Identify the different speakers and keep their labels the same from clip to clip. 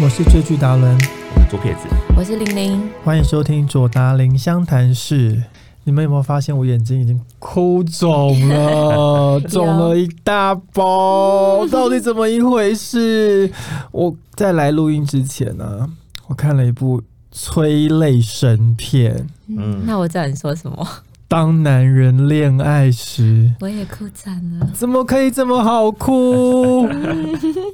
Speaker 1: 我是追剧达人，
Speaker 2: 我是左撇子，
Speaker 3: 我是玲玲。
Speaker 1: 欢迎收听左达林湘潭市。你们有没有发现我眼睛已经哭肿了，肿了一大包，到底怎么一回事？我在来录音之前呢、我看了一部催泪神片，
Speaker 2: 嗯
Speaker 3: 那我知道你说什么，
Speaker 1: 《当男人恋爱时
Speaker 3: 我也哭惨了》，，
Speaker 1: 怎么可以这么好哭？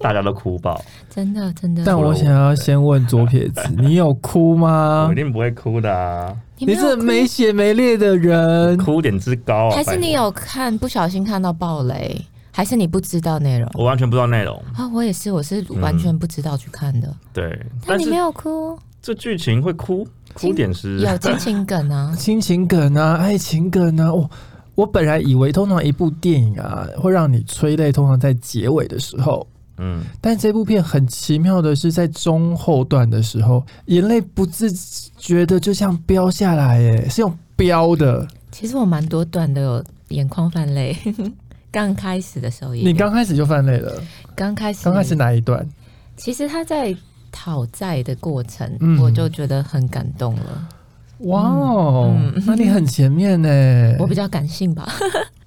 Speaker 2: 大家都哭爆，
Speaker 3: 真的真的。
Speaker 1: 但我想要先问左撇子，你有哭
Speaker 2: 我
Speaker 1: 吗
Speaker 2: 一？定不会哭的啊，
Speaker 3: 你没
Speaker 1: 你
Speaker 3: 有
Speaker 1: 这
Speaker 3: 哭
Speaker 1: 没血没泪的人，？
Speaker 2: 哭点之高啊，
Speaker 3: 还是你
Speaker 2: 拜
Speaker 3: 有看不小心看到暴雷，还是你不知道内容
Speaker 2: 托？我完全不知道内容，
Speaker 3: 啊？我也是，我是完全不知道去看的。
Speaker 2: 对，
Speaker 3: 但
Speaker 2: 嗯但
Speaker 3: 你
Speaker 2: 是
Speaker 3: 没有哭，
Speaker 2: 这剧情会哭，哭点是
Speaker 3: 有亲情梗啊
Speaker 1: 亲情梗啊，爱情梗啊，我我本来以为通常一部电影啊会让你催泪，通常在结尾的时候，
Speaker 2: 嗯，
Speaker 1: 但这部片很奇妙的是，在中后段的时候，眼泪不自觉的就像飙下来，耶，是用飙的。
Speaker 3: 其实我蛮多段都有眼眶泛泪， 刚开始的时候也有
Speaker 1: 你刚开始就泛泪了，
Speaker 3: 刚开始
Speaker 1: 刚开始哪一段？
Speaker 3: 其实他在讨债的过程，
Speaker 1: 嗯
Speaker 3: 我就觉得很感动了。
Speaker 1: 哇哦
Speaker 3: 嗯，
Speaker 1: 那你很前面呢。
Speaker 3: 我比较感性吧，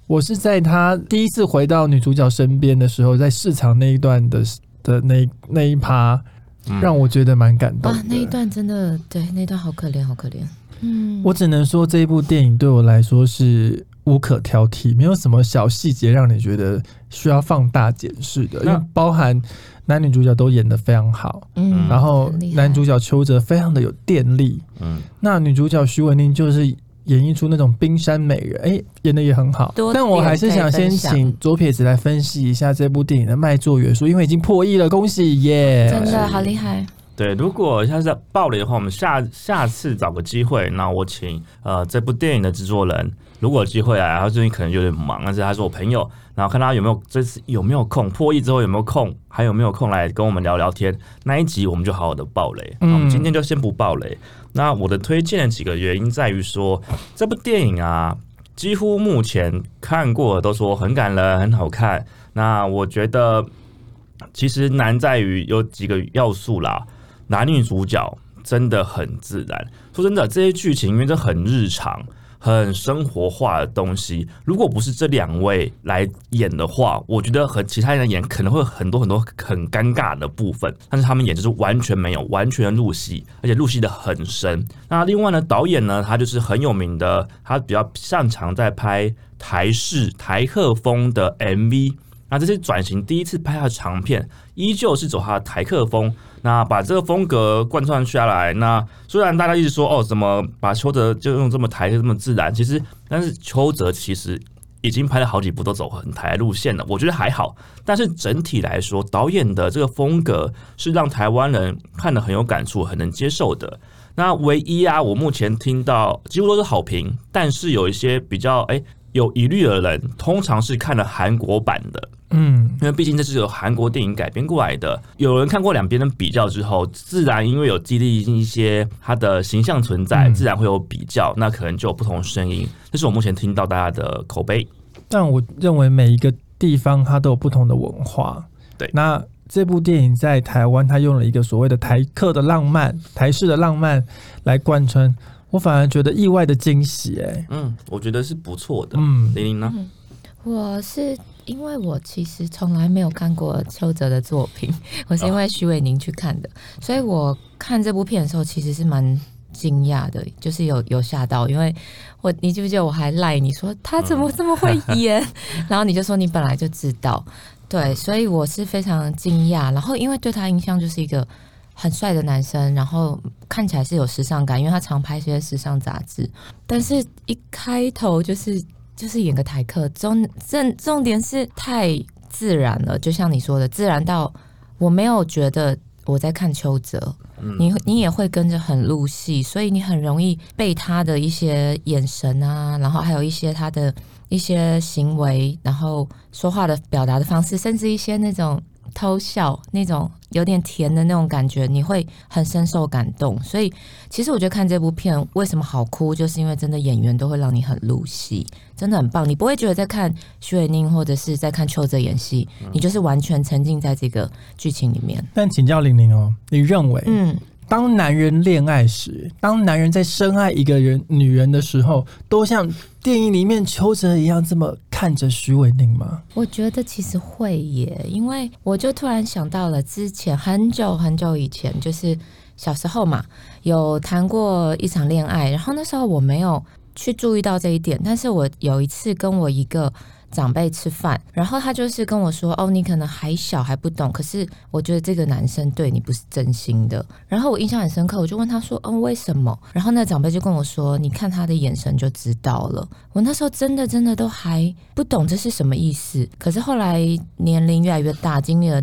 Speaker 1: 我是在他第一次回到女主角身边的时候，在市场那一段的的那那一趴，
Speaker 2: 嗯
Speaker 1: 让我觉得蛮感动
Speaker 3: 哇
Speaker 1: 的。，
Speaker 3: 啊那一段真的，对，那一段好可怜，好可怜。嗯，
Speaker 1: 我只能说这一部电影对我来说是无可挑剔，没有什么小细节让你觉得需要放大检视的，因
Speaker 2: 那
Speaker 1: 为包含男女主角都演得非常好，
Speaker 3: 嗯
Speaker 1: 然后男主
Speaker 3: 角
Speaker 1: 角邱泽非常的有电力，
Speaker 2: 嗯，
Speaker 1: 那女主角徐文宁就是演绎出那种冰山美人，哎、演的也很好
Speaker 3: 多。
Speaker 1: 但我还是想先
Speaker 3: 点可以分
Speaker 1: 请
Speaker 3: 享
Speaker 1: 左撇子来分析一下这部电影的卖座元素，因为已经破亿了，恭喜耶！
Speaker 3: 真的好厉害，
Speaker 2: 对，如果像是爆雷的话，我们下下次找个机会，那我请呃这部电影的制作人，如果有机会啊，他最近可能有点忙，但是他是我朋友，然后看他有没有这次有没有空，破译之后有没有空，还有没有空来跟我们聊聊天，那一集我们就好好的爆雷。
Speaker 1: 嗯
Speaker 2: 那我们今天就先不爆雷。那我的推荐的几个原因在于说，这部电影啊，几乎目前看过的都说很感人、很好看。那我觉得其实难在于有几个要素啦，男女主角真的很自然。说真的，这些剧情因为这很日常。很生活化的东西，如果不是这两位来演的话，我觉得和其他人演可能会有很多很多很尴尬的部分，但是他们演就是完全没有，完全入戏，而且入戏的很深。那另外呢，导演呢，他就是很有名的，他比较擅长在拍台式台客风的 MV。那这次转型第一次拍他的长片，依旧是走他的台客风，那把这个风格贯穿下来。那虽然大家一直说哦，怎么把邱泽就用这么台这么自然，其实但是邱泽其实已经拍了好几部都走很台路线了，我觉得还好。但是整体来说，导演的这个风格是让台湾人看得很有感触、很能接受的。那唯一啊，我目前听到几乎都是好评，但是有一些比较哎、有疑虑的人，通常是看了韩国版的。
Speaker 1: 嗯，
Speaker 2: 因为毕竟这是由韩国电影改编过来的。有人看过两边的比较之后，自然因为有激励一些它的形象存在，
Speaker 1: 嗯
Speaker 2: 自然会有比较，那可能就有不同的声音。这是我目前听到大家的口碑。
Speaker 1: 但我认为每一个地方它都有不同的文化。
Speaker 2: 对
Speaker 1: 那这部电影在台湾，它用了一个所谓的台客的浪漫、台式的浪漫来贯穿，我反而觉得意外的惊喜、哎，
Speaker 2: 嗯，我觉得是不错的。
Speaker 1: 嗯，
Speaker 2: 玲玲呢？
Speaker 3: 我是因为我其实从来没有看过邱泽的作品， 我是因为徐伟宁去看的，所以我看这部片的时候其实是蛮惊讶的，就是有有吓到，因为我你记不记得我还赖你说他怎么这么会演，然后你就说你本来就知道，对，所以我是非常惊讶，然后因为对他印象就是一个。很帅的男生，然后看起来是有时尚感，因为他常拍一些时尚杂志。但是一开头就是就是演个台客，重重重点是太自然了，就像你说的，自然到我没有觉得我在看邱泽，你你也会跟着很入戏，所以你很容易被他的一些眼神啊，然后还有一些他的一些行为，然后说话的表达的方式，甚至一些那种偷笑那种有点甜的那种感觉，你会很深受感动。所以其实我觉得看这部片为什么好哭，就是因为真的演员都会让你很入戏，真的很棒。你不会觉得在看徐伟宁或者是在看邱泽演戏，你就是完全沉浸在这个剧情里面。
Speaker 1: 但请教玲玲哦，你认为
Speaker 3: 嗯，
Speaker 1: 当男人恋爱时，当男人在深爱一个人、女人的时候，都像电影里面邱泽一样这么看着徐伟宁吗？
Speaker 3: 我觉得其实会耶，因为我就突然想到了之前很久很久以前，就是小时候嘛，有谈过一场恋爱，然后那时候我没有去注意到这一点，但是我有一次跟我一个。长辈吃饭，然后他就是跟我说：“哦，你可能还小还不懂，可是我觉得这个男生对你不是真心的。”然后我印象很深刻，我就问他说：“嗯，为什么？”然后那长辈就跟我说：“你看他的眼神就知道了。”我那时候真的真的都还不懂这是什么意思。可是后来年龄越来越大，经历了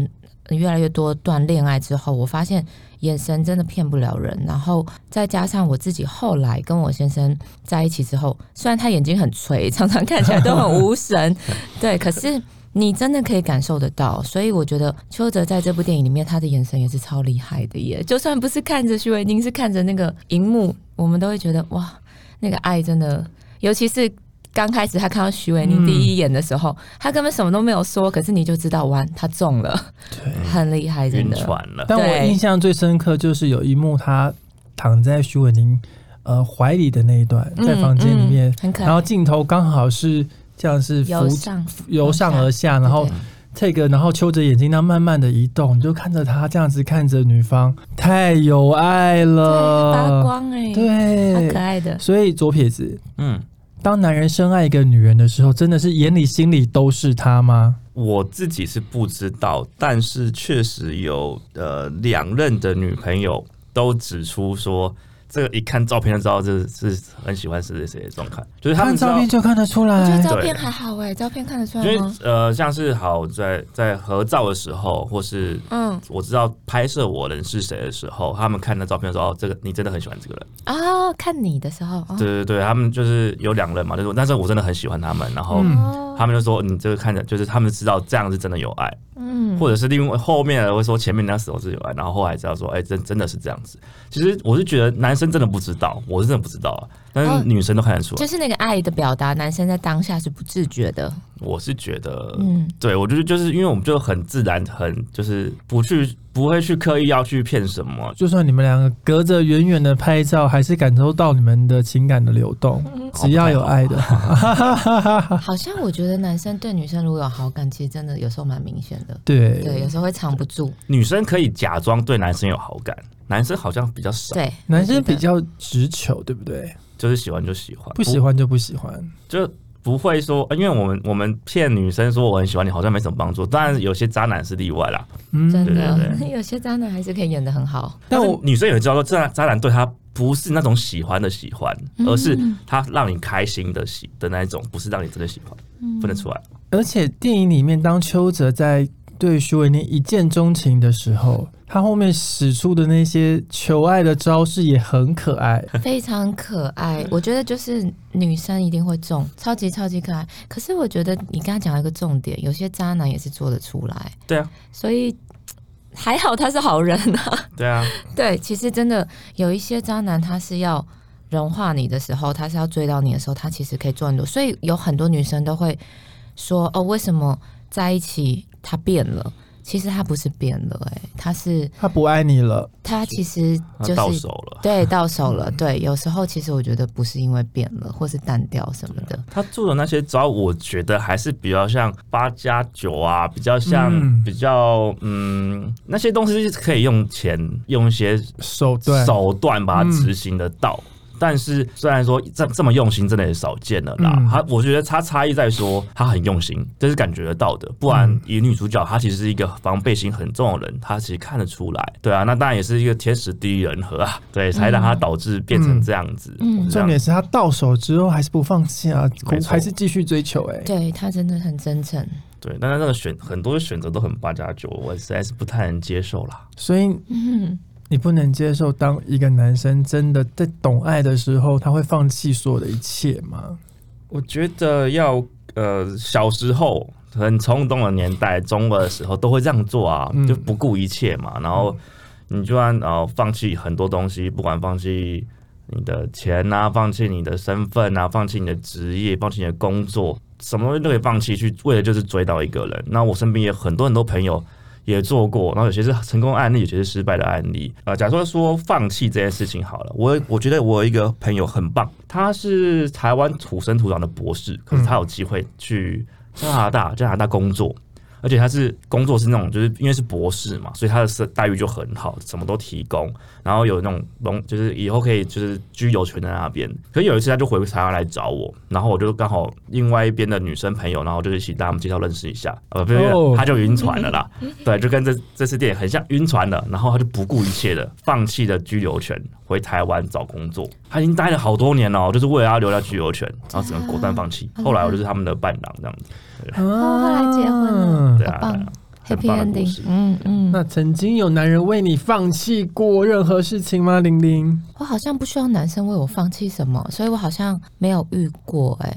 Speaker 3: 越来越多段恋爱之后，我发现眼神真的骗不了人。然后再加上我自己后来跟我先生在一起之后，虽然他眼睛很垂，常常看起来都很无神，对，可是。你真的可以感受得到，所以我觉得邱泽在这部电影里面，他的眼神也是超厉害的耶。就算不是看着徐伟宁，是看着那个荧幕，我们都会觉得哇，那个爱真的，尤其是刚开始他看到徐伟宁第一眼的时候，他根本什么都没有说，可是你就知道，哇，他中了。
Speaker 1: 对。
Speaker 3: 很厉害，真
Speaker 2: 晕
Speaker 3: 的。
Speaker 2: 船了。
Speaker 1: 但我
Speaker 3: 对
Speaker 1: 印象最深刻就是有一幕，他躺在徐伟宁呃怀里的那一段，
Speaker 3: 嗯
Speaker 1: 在房间里面，
Speaker 3: 嗯很可
Speaker 1: 然
Speaker 3: 爱
Speaker 1: 后，镜头刚好是这样是
Speaker 3: 由
Speaker 1: 由
Speaker 3: 上
Speaker 1: 由上而下，然后
Speaker 3: 嗯
Speaker 1: 这
Speaker 3: 对
Speaker 1: 个，然后揪着眼睛，那慢慢的移动，你就看着他这样子看着女方，太有爱
Speaker 3: 对发
Speaker 1: 了，
Speaker 3: 光哎、
Speaker 1: 对
Speaker 3: 好可，爱的。
Speaker 1: 所以左撇子，
Speaker 2: 嗯，
Speaker 1: 当男人深爱一个女人的时候，真的是眼里心里都是她吗？
Speaker 2: 我自己是不知道，但是确实有呃两任的女朋友都指出说，这个一看照片就知道这是是很喜欢谁谁谁的状态，就是他
Speaker 1: 看
Speaker 2: 们知道
Speaker 1: 照片就看得出
Speaker 3: 我觉得
Speaker 1: 来，
Speaker 3: 照片还好哎、照片看得出
Speaker 2: 因
Speaker 3: 来
Speaker 2: 为
Speaker 3: 吗？
Speaker 2: 呃，像是好在在合照的时候，或是
Speaker 3: 嗯
Speaker 2: 我知道拍摄我人是谁的时候，他们看那照片说，哦，这个你真的很喜欢这个人。
Speaker 3: 哦，看你的时候，哦
Speaker 2: 对对对，他们就是有两人嘛，就是但是我真的很喜欢他们，然后
Speaker 1: 嗯
Speaker 3: 哦
Speaker 2: 他们就说你这个看着就是他们知道这样是真的有爱，
Speaker 3: 嗯，
Speaker 2: 或者是另外后面的人会说前面那时候是有爱，然后后来知道说，哎、真真的是这样子。其实我是觉得男生真的不知道，我是真的不知道啊，但
Speaker 3: 哦
Speaker 2: 是女生都看得出来。
Speaker 3: 就是那个爱的表达，男生在当下是不自觉的，
Speaker 2: 我是觉得，
Speaker 3: 嗯，
Speaker 2: 对我就是就是因为我们就很自然，很就是不去不会去刻意要去骗什么，
Speaker 1: 就算你们两个隔着远远的拍照，还是感受到你们的情感的流动。只要有爱的话，
Speaker 3: 好像我觉得男生对女生如果有好感，其实真的有时候蛮明显的，对，
Speaker 1: 对
Speaker 3: 有，时候会藏不住，
Speaker 2: 女生可以假装对男生有好感，男生好像比较少，
Speaker 3: 对，
Speaker 1: 男生
Speaker 3: 我觉
Speaker 1: 比
Speaker 3: 得
Speaker 1: 较直球，对不对？
Speaker 2: 就是喜欢就喜欢，
Speaker 1: 不喜欢就不喜欢。
Speaker 2: 就不会说，呃因为我们我们骗女生说我很喜欢你，好像没什么帮助。当然有些渣男是例外啦，
Speaker 1: 嗯，
Speaker 3: 真的，
Speaker 2: 对对
Speaker 3: 有些渣男还是可以演的很好，
Speaker 1: 但
Speaker 2: 是
Speaker 1: 我
Speaker 2: 女生也知道说渣渣男对她不是那种喜欢的喜欢，
Speaker 3: 嗯
Speaker 2: 而是他让你开心的喜的那一种，不是让你真的喜欢，
Speaker 3: 嗯
Speaker 2: 分得出来。
Speaker 1: 而且电影里面，当邱泽在对徐伟宁一见钟情的时候，他后面使出的那些求爱的招式也很可爱。
Speaker 3: 非常可
Speaker 2: 嗯
Speaker 3: 爱，我觉得就是女生一定会中，超级超级可爱。可是我觉得你刚刚讲了一个重点，有些渣男也是做得出来，
Speaker 2: 对啊，
Speaker 3: 所以嘖还好他是好人啊。
Speaker 2: 对啊，
Speaker 3: 对，其实真的有一些渣男他是要融化你的时候，他是要追到你的时候，他其实可以做很多。所以有很多女生都会说：“哦，为什么在一起他变了？”其实他不是变了、欸，他是
Speaker 1: 他不爱你了，
Speaker 3: 他其实
Speaker 2: 他
Speaker 3: 就
Speaker 2: 到
Speaker 3: 是
Speaker 2: 手了。
Speaker 3: 对，到手了。
Speaker 2: 嗯
Speaker 3: 对，有时候其实我觉得不是因为变了，或是淡掉什么的。
Speaker 2: 他做的那些招，我觉得还是比较像八加九啊，比较像、
Speaker 1: 嗯
Speaker 2: 比较嗯那些东西是可以用钱用一些
Speaker 1: 手段
Speaker 2: 手段把它执行得到。但是虽然说这这么用心，真的也少见了啦。
Speaker 1: 嗯
Speaker 2: 他我觉得他差异在说他很用心，这是感觉得到的。不然
Speaker 1: 嗯
Speaker 2: 以女主角，她其实是一个防备心很重的人，她其实看得出来。对啊，那当然也是一个天时地利人和啊，对，才让她
Speaker 1: 嗯
Speaker 2: 导致变成这样子。
Speaker 3: 嗯
Speaker 2: 这
Speaker 1: 重
Speaker 2: 样
Speaker 1: 点是他到手之后还是不放弃啊，
Speaker 2: 没错
Speaker 1: 还是继续追求、欸。哎，
Speaker 3: 对他真的很真诚。
Speaker 2: 对，但是那个选很多选择都很八加九，我实在是不太能接受啦。
Speaker 1: 所以
Speaker 3: 嗯，
Speaker 1: 你不能接受当一个男生真的在懂爱的时候，他会放弃所有的一切吗？
Speaker 2: 我觉得要呃小时候很冲动的年代，中二的时候都会这样做啊，
Speaker 1: 嗯
Speaker 2: 就不顾一切嘛。然后你就算呃放弃很多东西，不管放弃你的钱啊，放弃你的身份啊，放弃你的职业，放弃你的工作，什么东西都可以放弃，去为了就是追到一个人。那我身边也很多很多朋友。也做过，然后有些是成功案例，有些是失败的案例。呃，假说说放弃这件事情好了，我我觉得我有一个朋友很棒，他是台湾土生土长的博士，可是他有机会去加拿大加拿大工作，而且他是工作是那种就是因为是博士嘛，所以他的是待遇就很好，什么都提供，然后有那种农就是以后可以就是居有权在那边。啊可是有一次他就回台湾来找我，然后我就刚好另外一边的女生朋友，然后就是一起带他们介绍认识一下，呃，不是
Speaker 1: 哦
Speaker 2: 他就晕船了啦，对，就跟这这次电影很像，晕船了，然后他就不顾一切的放弃了居留权，回台湾找工作，他已经待了好多年了哦，就是为了要留下居留权，然后只能果断放弃。后来我就是他们的伴郎这样子，
Speaker 1: 后
Speaker 3: 来结婚了
Speaker 2: 对啊，对
Speaker 3: 好
Speaker 2: 啊
Speaker 3: 棒
Speaker 2: 很
Speaker 3: ，Happy
Speaker 2: 棒的故
Speaker 3: Ending
Speaker 2: 事。
Speaker 3: 嗯。嗯
Speaker 1: 那曾经有男人为你放弃过任何事情吗？玲玲，
Speaker 3: 我好像不需要男生为我放弃什么，所以我好像没有遇过哎、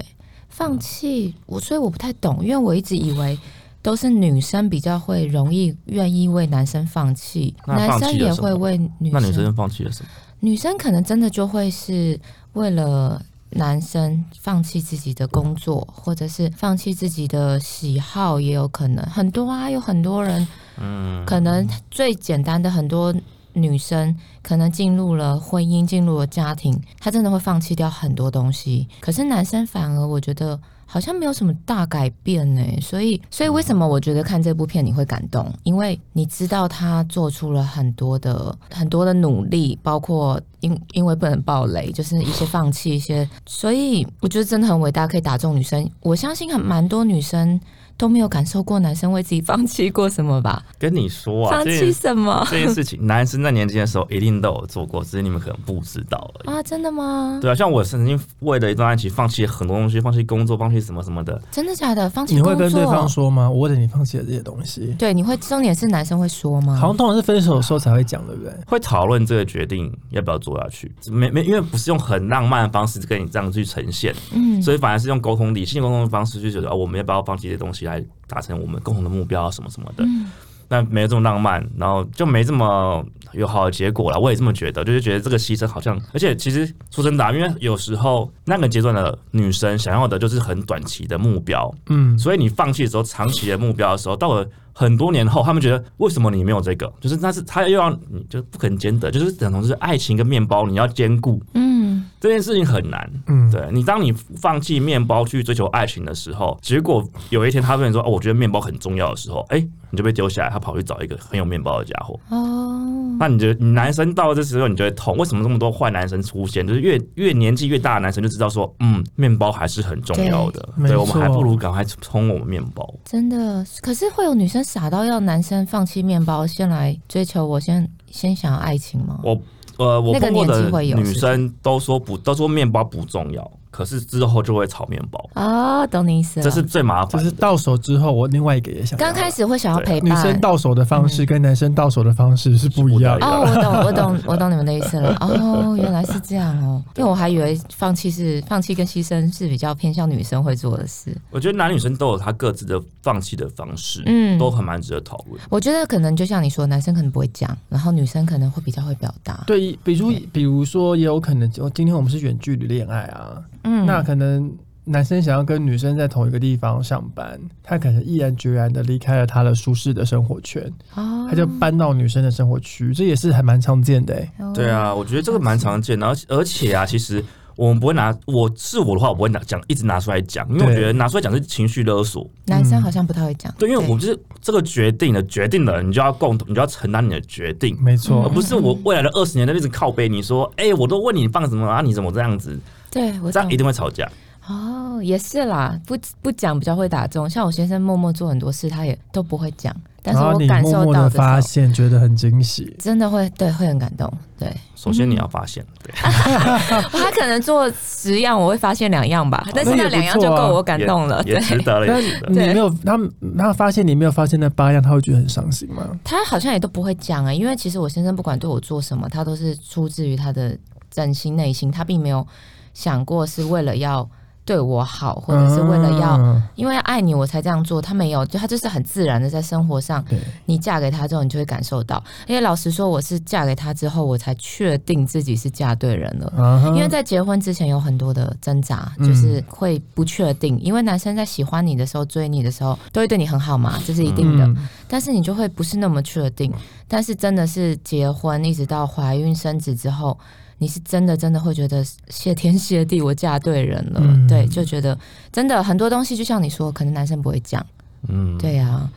Speaker 3: 放
Speaker 2: 嗯
Speaker 3: 弃我，所以我不太懂，因为我一直以为都是女生比较会容易愿意为男生放弃，
Speaker 2: 那
Speaker 3: 男
Speaker 2: 放
Speaker 3: 生
Speaker 2: 弃了
Speaker 3: 也
Speaker 2: 什
Speaker 3: 会
Speaker 2: 么
Speaker 3: 为女
Speaker 2: 那
Speaker 3: 生，
Speaker 2: 女生放弃了什么？
Speaker 3: 女生可能真的就会是为了。男生放弃自己的工作，或者是放弃自己的喜好，也有可能很多啊，有很多人
Speaker 2: 嗯，
Speaker 3: 可能最简单的很多女生，可能进入了婚姻，进入了家庭，她真的会放弃掉很多东西。可是男生反而我觉得好像没有什么大改变呢、所以，所以为什么我觉得看这部片你会感动？因为你知道他做出了很多的很多的努力，包括因因为不能暴雷，就是一些放弃一些，所以我觉得真的很伟大，可以打中女生。我相信很蛮多女生。都没有感受过男生为自己放弃过什么吧？
Speaker 2: 跟你说啊，
Speaker 3: 放
Speaker 2: 这
Speaker 3: 弃
Speaker 2: 件
Speaker 3: 什 么
Speaker 2: 这件事情，男生在年轻的时候一定都有做过，只是你们可能不知道而已。
Speaker 3: 啊？真的吗？
Speaker 2: 对啊，像我曾经为了一段爱情放弃很多东西，放弃工作，放弃什么什么的。
Speaker 3: 真的假的？放弃
Speaker 1: 你会跟
Speaker 3: 工作
Speaker 1: 对方说吗？我为了你放弃了这些东西。
Speaker 3: 对，你会重点是男生会说吗？
Speaker 1: 好像通常是分手的时候才会讲，对不对？
Speaker 2: 会讨论这个决定要不要做下去，没没，因为不是用很浪漫的方式跟你这样去呈现，
Speaker 3: 嗯，
Speaker 2: 所以反而是用沟通理性沟通的方式去觉得哦，我们要不要放弃这些东西来达成我们共同的目标啊什么什么的。
Speaker 3: 嗯
Speaker 2: 那没有这么浪漫，然后就没这么有好的结果了。我也这么觉得，就是觉得这个牺牲好像，而且其实说真的、啊，因为有时候那个阶段的女生想要的就是很短期的目标，
Speaker 1: 嗯，
Speaker 2: 所以你放弃的时候，长期的目标的时候，到了很多年后，他们觉得为什么你没有这个？就是那是他又要你就不肯兼得，就是等同是爱情跟面包你要兼顾
Speaker 3: 嗯，
Speaker 2: 这件事情很难。
Speaker 1: 嗯，
Speaker 2: 对你，当你放弃面包去追求爱情的时候，结果有一天他跟你说：“哦，我觉得面包很重要的时候，哎、你就被丢下来，他跑去找一个很有面包的家伙。
Speaker 3: 哦，
Speaker 1: 嗯
Speaker 2: 那你觉得你男生到这时候，你就会痛？为什么这么多坏男生出现？就是越越年纪越大的男生就知道说，嗯，面包还是很重要的，
Speaker 1: 对
Speaker 2: 对
Speaker 1: 没
Speaker 2: 我们还
Speaker 1: 错
Speaker 2: 不如赶快冲我们面包。
Speaker 3: 真的。可是会有女生傻到要男生放弃面包，先来追求我，先先想要爱情吗？
Speaker 2: 我呃，我
Speaker 3: 那个
Speaker 2: 碰过
Speaker 3: 年纪
Speaker 2: 的
Speaker 3: 会有
Speaker 2: 女
Speaker 3: 是不是
Speaker 2: 生都说不，都说面包不重要，可是之后就会炒面包，
Speaker 3: 哦，懂你意思
Speaker 2: 这是
Speaker 3: 了。
Speaker 2: 最麻
Speaker 1: 就
Speaker 2: 烦
Speaker 1: 是
Speaker 2: 的。
Speaker 1: 到手之后，我另外一个也想要。
Speaker 3: 刚开始会想要陪
Speaker 1: 女
Speaker 3: 伴，
Speaker 1: 生到手的方式跟男生到手的方式是不一样的。
Speaker 3: 哦，我懂，我 懂，我懂你们的意思了。哦，原来是这样哦，因为我还以为放弃是放弃跟牺牲是比较偏向女生会做的事。
Speaker 2: 我觉得男女生都有他各自的放弃的方式，
Speaker 3: 嗯哦
Speaker 2: 都很蛮值得讨论。
Speaker 3: 我觉得可能就像你说，男生可能不会讲，然后女生可能会比较会表达。
Speaker 1: 对，比如比如说，也有可能，就今天我们是远距离恋爱啊，
Speaker 3: 嗯
Speaker 1: 那可能男生想要跟女生在同一个地方上班，他可能毅然决然的离开了他的舒适的生活圈，
Speaker 3: 哦
Speaker 1: 他就搬到女生的生活区，这也是还蛮常见的、欸。
Speaker 3: 哦
Speaker 2: 对，啊，我觉得这个蛮常见的，而且而且啊，其实我们不会拿我是我的话，我不会拿讲一直拿出来讲，因为我
Speaker 1: 对
Speaker 2: 觉得拿出来讲是情绪勒索。
Speaker 3: 男生好像不太会讲。
Speaker 2: 对，因为我就是这个决定了，决定了，你就要共同，你就要承担你的决定，
Speaker 3: 嗯
Speaker 1: 没错，
Speaker 2: 而不是我未来的二十年都一直靠背你说，哎、我都问你放什么啊，你怎么这样子？
Speaker 3: 对对我
Speaker 2: 这样
Speaker 3: 懂
Speaker 2: 一定会吵架。
Speaker 3: 哦，也是啦，不不讲比较会打中。像我先生默默做很多事，他也都不会讲，但是
Speaker 1: 然
Speaker 3: 我
Speaker 1: 后你
Speaker 3: 感
Speaker 1: 默
Speaker 3: 受
Speaker 1: 默
Speaker 3: 到
Speaker 1: 的
Speaker 3: 的时候
Speaker 1: 发现，觉得很惊喜。
Speaker 3: 真的会对会很感动。对哦
Speaker 2: 首先你要发现，对，
Speaker 3: 嗯
Speaker 2: 哦
Speaker 3: 他可能做十样，我会发现两样吧，但是那两样就够我感动了。
Speaker 2: 啊也也
Speaker 3: 对
Speaker 2: 值得了，也值得
Speaker 1: 你
Speaker 2: 了。
Speaker 3: 对
Speaker 1: 没有他，他发现你没有发现那八样，他会觉得很伤心吗？
Speaker 3: 他好像也都不会讲啊、因为其实我先生不管对我做什么，他都是出自于他的真心内心，他并没有想过是为了要。对我好，或者是为了
Speaker 1: 嗯
Speaker 3: 要、
Speaker 1: 啊
Speaker 3: 因为爱你我才这样做，他没有，就他就是很自然的在生活上
Speaker 1: 对，
Speaker 3: 你嫁给他之后，你就会感受到。因为老实说，我是嫁给他之后，我才确定自己是嫁对人了。
Speaker 1: 啊哈，
Speaker 3: 因为在结婚之前有很多的挣扎，
Speaker 1: 嗯
Speaker 3: 就是会不确定。因为男生在喜欢你的时候、追你的时候，都会对你很好嘛，这是一定的。
Speaker 1: 嗯
Speaker 3: 但是你就会不是那么确定。但是真的是结婚一直到怀孕生子之后，你是真的真的会觉得谢天谢地，我嫁对人了。
Speaker 1: 嗯
Speaker 3: 对，就觉得真的很多东西，就像你说，可能男生不会讲。
Speaker 2: 嗯，
Speaker 3: 对啊，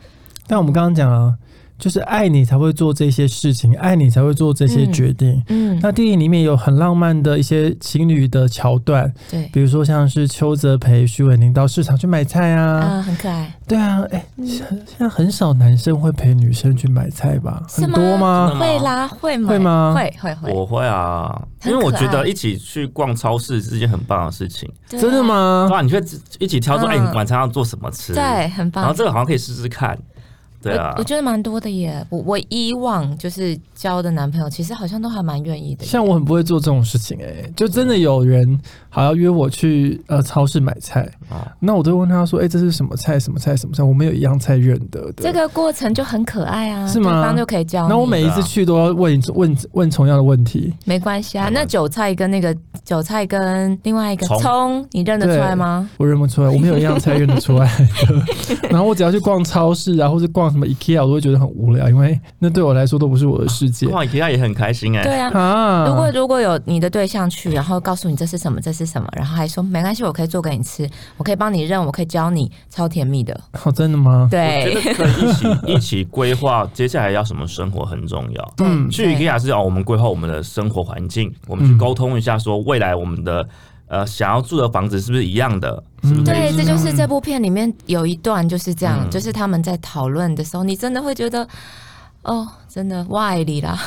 Speaker 1: 但我们刚刚讲啊，就是爱你才会做这些事情，爱你才会做这些决定。
Speaker 3: 嗯，
Speaker 1: 那电影里面有很浪漫的一些情侣的桥段，
Speaker 3: 对
Speaker 1: 比如说像是邱泽培、徐伟宁到市场去买菜啊，
Speaker 3: 啊，很可爱。
Speaker 1: 对啊，哎、
Speaker 3: 嗯
Speaker 1: 现现在很少男生会陪女生去买菜吧？
Speaker 3: 是
Speaker 1: 很
Speaker 3: 吗
Speaker 1: 多吗
Speaker 2: 真？的
Speaker 3: 会啦，会买
Speaker 1: 会吗
Speaker 3: 会会会，
Speaker 2: 我会啊，因为
Speaker 3: 很可
Speaker 2: 我觉
Speaker 3: 爱
Speaker 2: 得一起去逛超市是件很棒的事情。
Speaker 3: 对啊
Speaker 1: 真的？吗
Speaker 2: 对？啊，你会一起挑说，
Speaker 3: 嗯
Speaker 2: 哎，你晚餐要做什么吃？
Speaker 3: 对，很
Speaker 2: 然后
Speaker 3: 棒。
Speaker 2: 这个好像可以试试看。对啊
Speaker 3: 我我，觉得蛮多的耶。我我以往就是交的男朋友，其实好像都还蛮愿意的耶。
Speaker 1: 像我很不会做这种事情哎、就真的有人好要约我去呃超市买菜，
Speaker 2: 哦
Speaker 1: 那我都问他说，哎、这是什么菜？什么菜？什么菜？我没有一样菜认得的。
Speaker 3: 这个过程就很可爱啊，
Speaker 1: 是吗
Speaker 3: 对方就可以教你。
Speaker 1: 那我每一次去都要问问问同样的问题，
Speaker 3: 没关系啊，
Speaker 2: 没关系
Speaker 3: 那韭菜跟那个韭菜跟另外一个
Speaker 2: 葱
Speaker 3: 葱，你认得出来吗？
Speaker 1: 我认不出来，我没有一样菜认得 出来的。然后我只要去逛超市啊，或是逛什么 IKEA，我都会觉得很无聊，因为那对我来说都不是我的世界
Speaker 2: 逛 IKEA 也很开心哎。
Speaker 3: 对 啊。
Speaker 1: 啊。
Speaker 3: 如果如果有你的对象去，然后告诉你这是什么，这是什么，然后还说没关系，我可以做给你吃，我可以帮你认，我可以教你，超甜蜜的。
Speaker 1: 好、哦真的吗？
Speaker 2: 我
Speaker 3: 对，
Speaker 2: 觉得可以一起 一起规划接下来要什么生活很重要。
Speaker 1: 嗯
Speaker 2: 去
Speaker 3: 对
Speaker 2: IKEA 是哦，我们规划我们的生活环境，我们去
Speaker 1: 嗯
Speaker 2: 沟通一下，说未来我们的呃想要住的房子是不是一样的，
Speaker 1: 嗯
Speaker 2: 是不是可以
Speaker 3: 对，
Speaker 1: 嗯
Speaker 3: 这就是这部片里面有一段就是这样，
Speaker 2: 嗯
Speaker 3: 就是他们在讨论的时候，你真的会觉得，哦，真的我爱你 啦，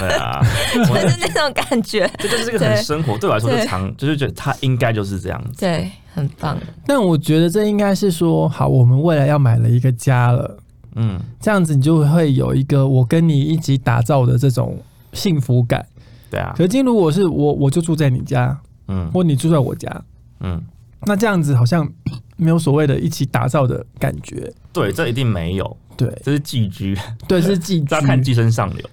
Speaker 2: 对啊，
Speaker 3: 就是那种感觉，
Speaker 2: 这就是个很
Speaker 3: 对
Speaker 2: 生活，对我来说就
Speaker 3: 对
Speaker 2: 常就是觉得它应该就是这样子。
Speaker 3: 对，很 棒。
Speaker 1: 但我觉得这应该是说，好，我们未来要买了一个家了，
Speaker 2: 嗯，
Speaker 1: 这样子你就会有一个我跟你一起打造的这种幸福感。
Speaker 2: 对啊
Speaker 1: 可，是，如果是我，我就住在你家，
Speaker 2: 嗯
Speaker 1: 或你住在我家，
Speaker 2: 嗯，
Speaker 1: 那这样子好像没有所谓的一起打造的感觉。
Speaker 2: 对，这一定没有，
Speaker 1: 对
Speaker 2: 这是寄居，
Speaker 1: 对，是寄 居
Speaker 2: 这要看寄生上流，